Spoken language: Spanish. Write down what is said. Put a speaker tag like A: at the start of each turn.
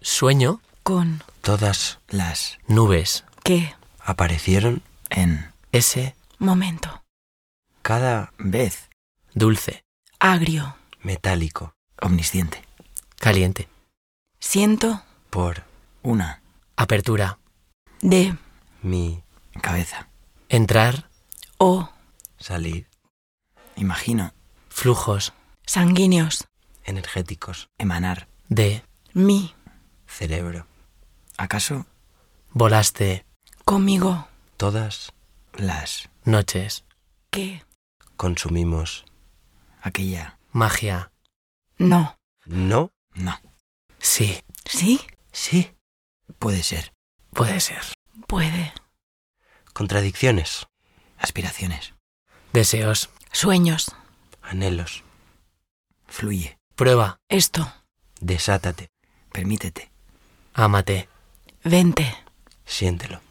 A: sueño,
B: Con
C: Todas las
A: nubes.
B: qué
C: aparecieron en
A: Ese
B: momento.
C: cada vez
A: dulce,
B: Agrio.
C: metálico, omnisciente,
A: caliente.
B: Siento
C: por una
A: Apertura.
B: de
C: mi cabeza.
A: Entrar.
B: o
C: Salir. Imagino.
A: Flujos.
B: sanguíneos.
C: Energéticos. Emanar.
A: De.
B: Mi.
C: Cerebro. ¿Acaso
A: Volaste.
B: Conmigo.
C: todas las
A: Noches.
B: Que.
C: consumimos aquella?
A: Magia.
B: No.
C: No. No.
A: Sí.
B: ¿Sí?
C: Sí. Puede ser.
A: Puede ser.
B: Puede.
C: Contradicciones. Aspiraciones.
A: Deseos.
B: Sueños.
C: Anhelos. Fluye.
A: Prueba.
B: Esto.
C: Desátate. Permítete.
A: Ámate.
B: Vente.
C: Siéntelo.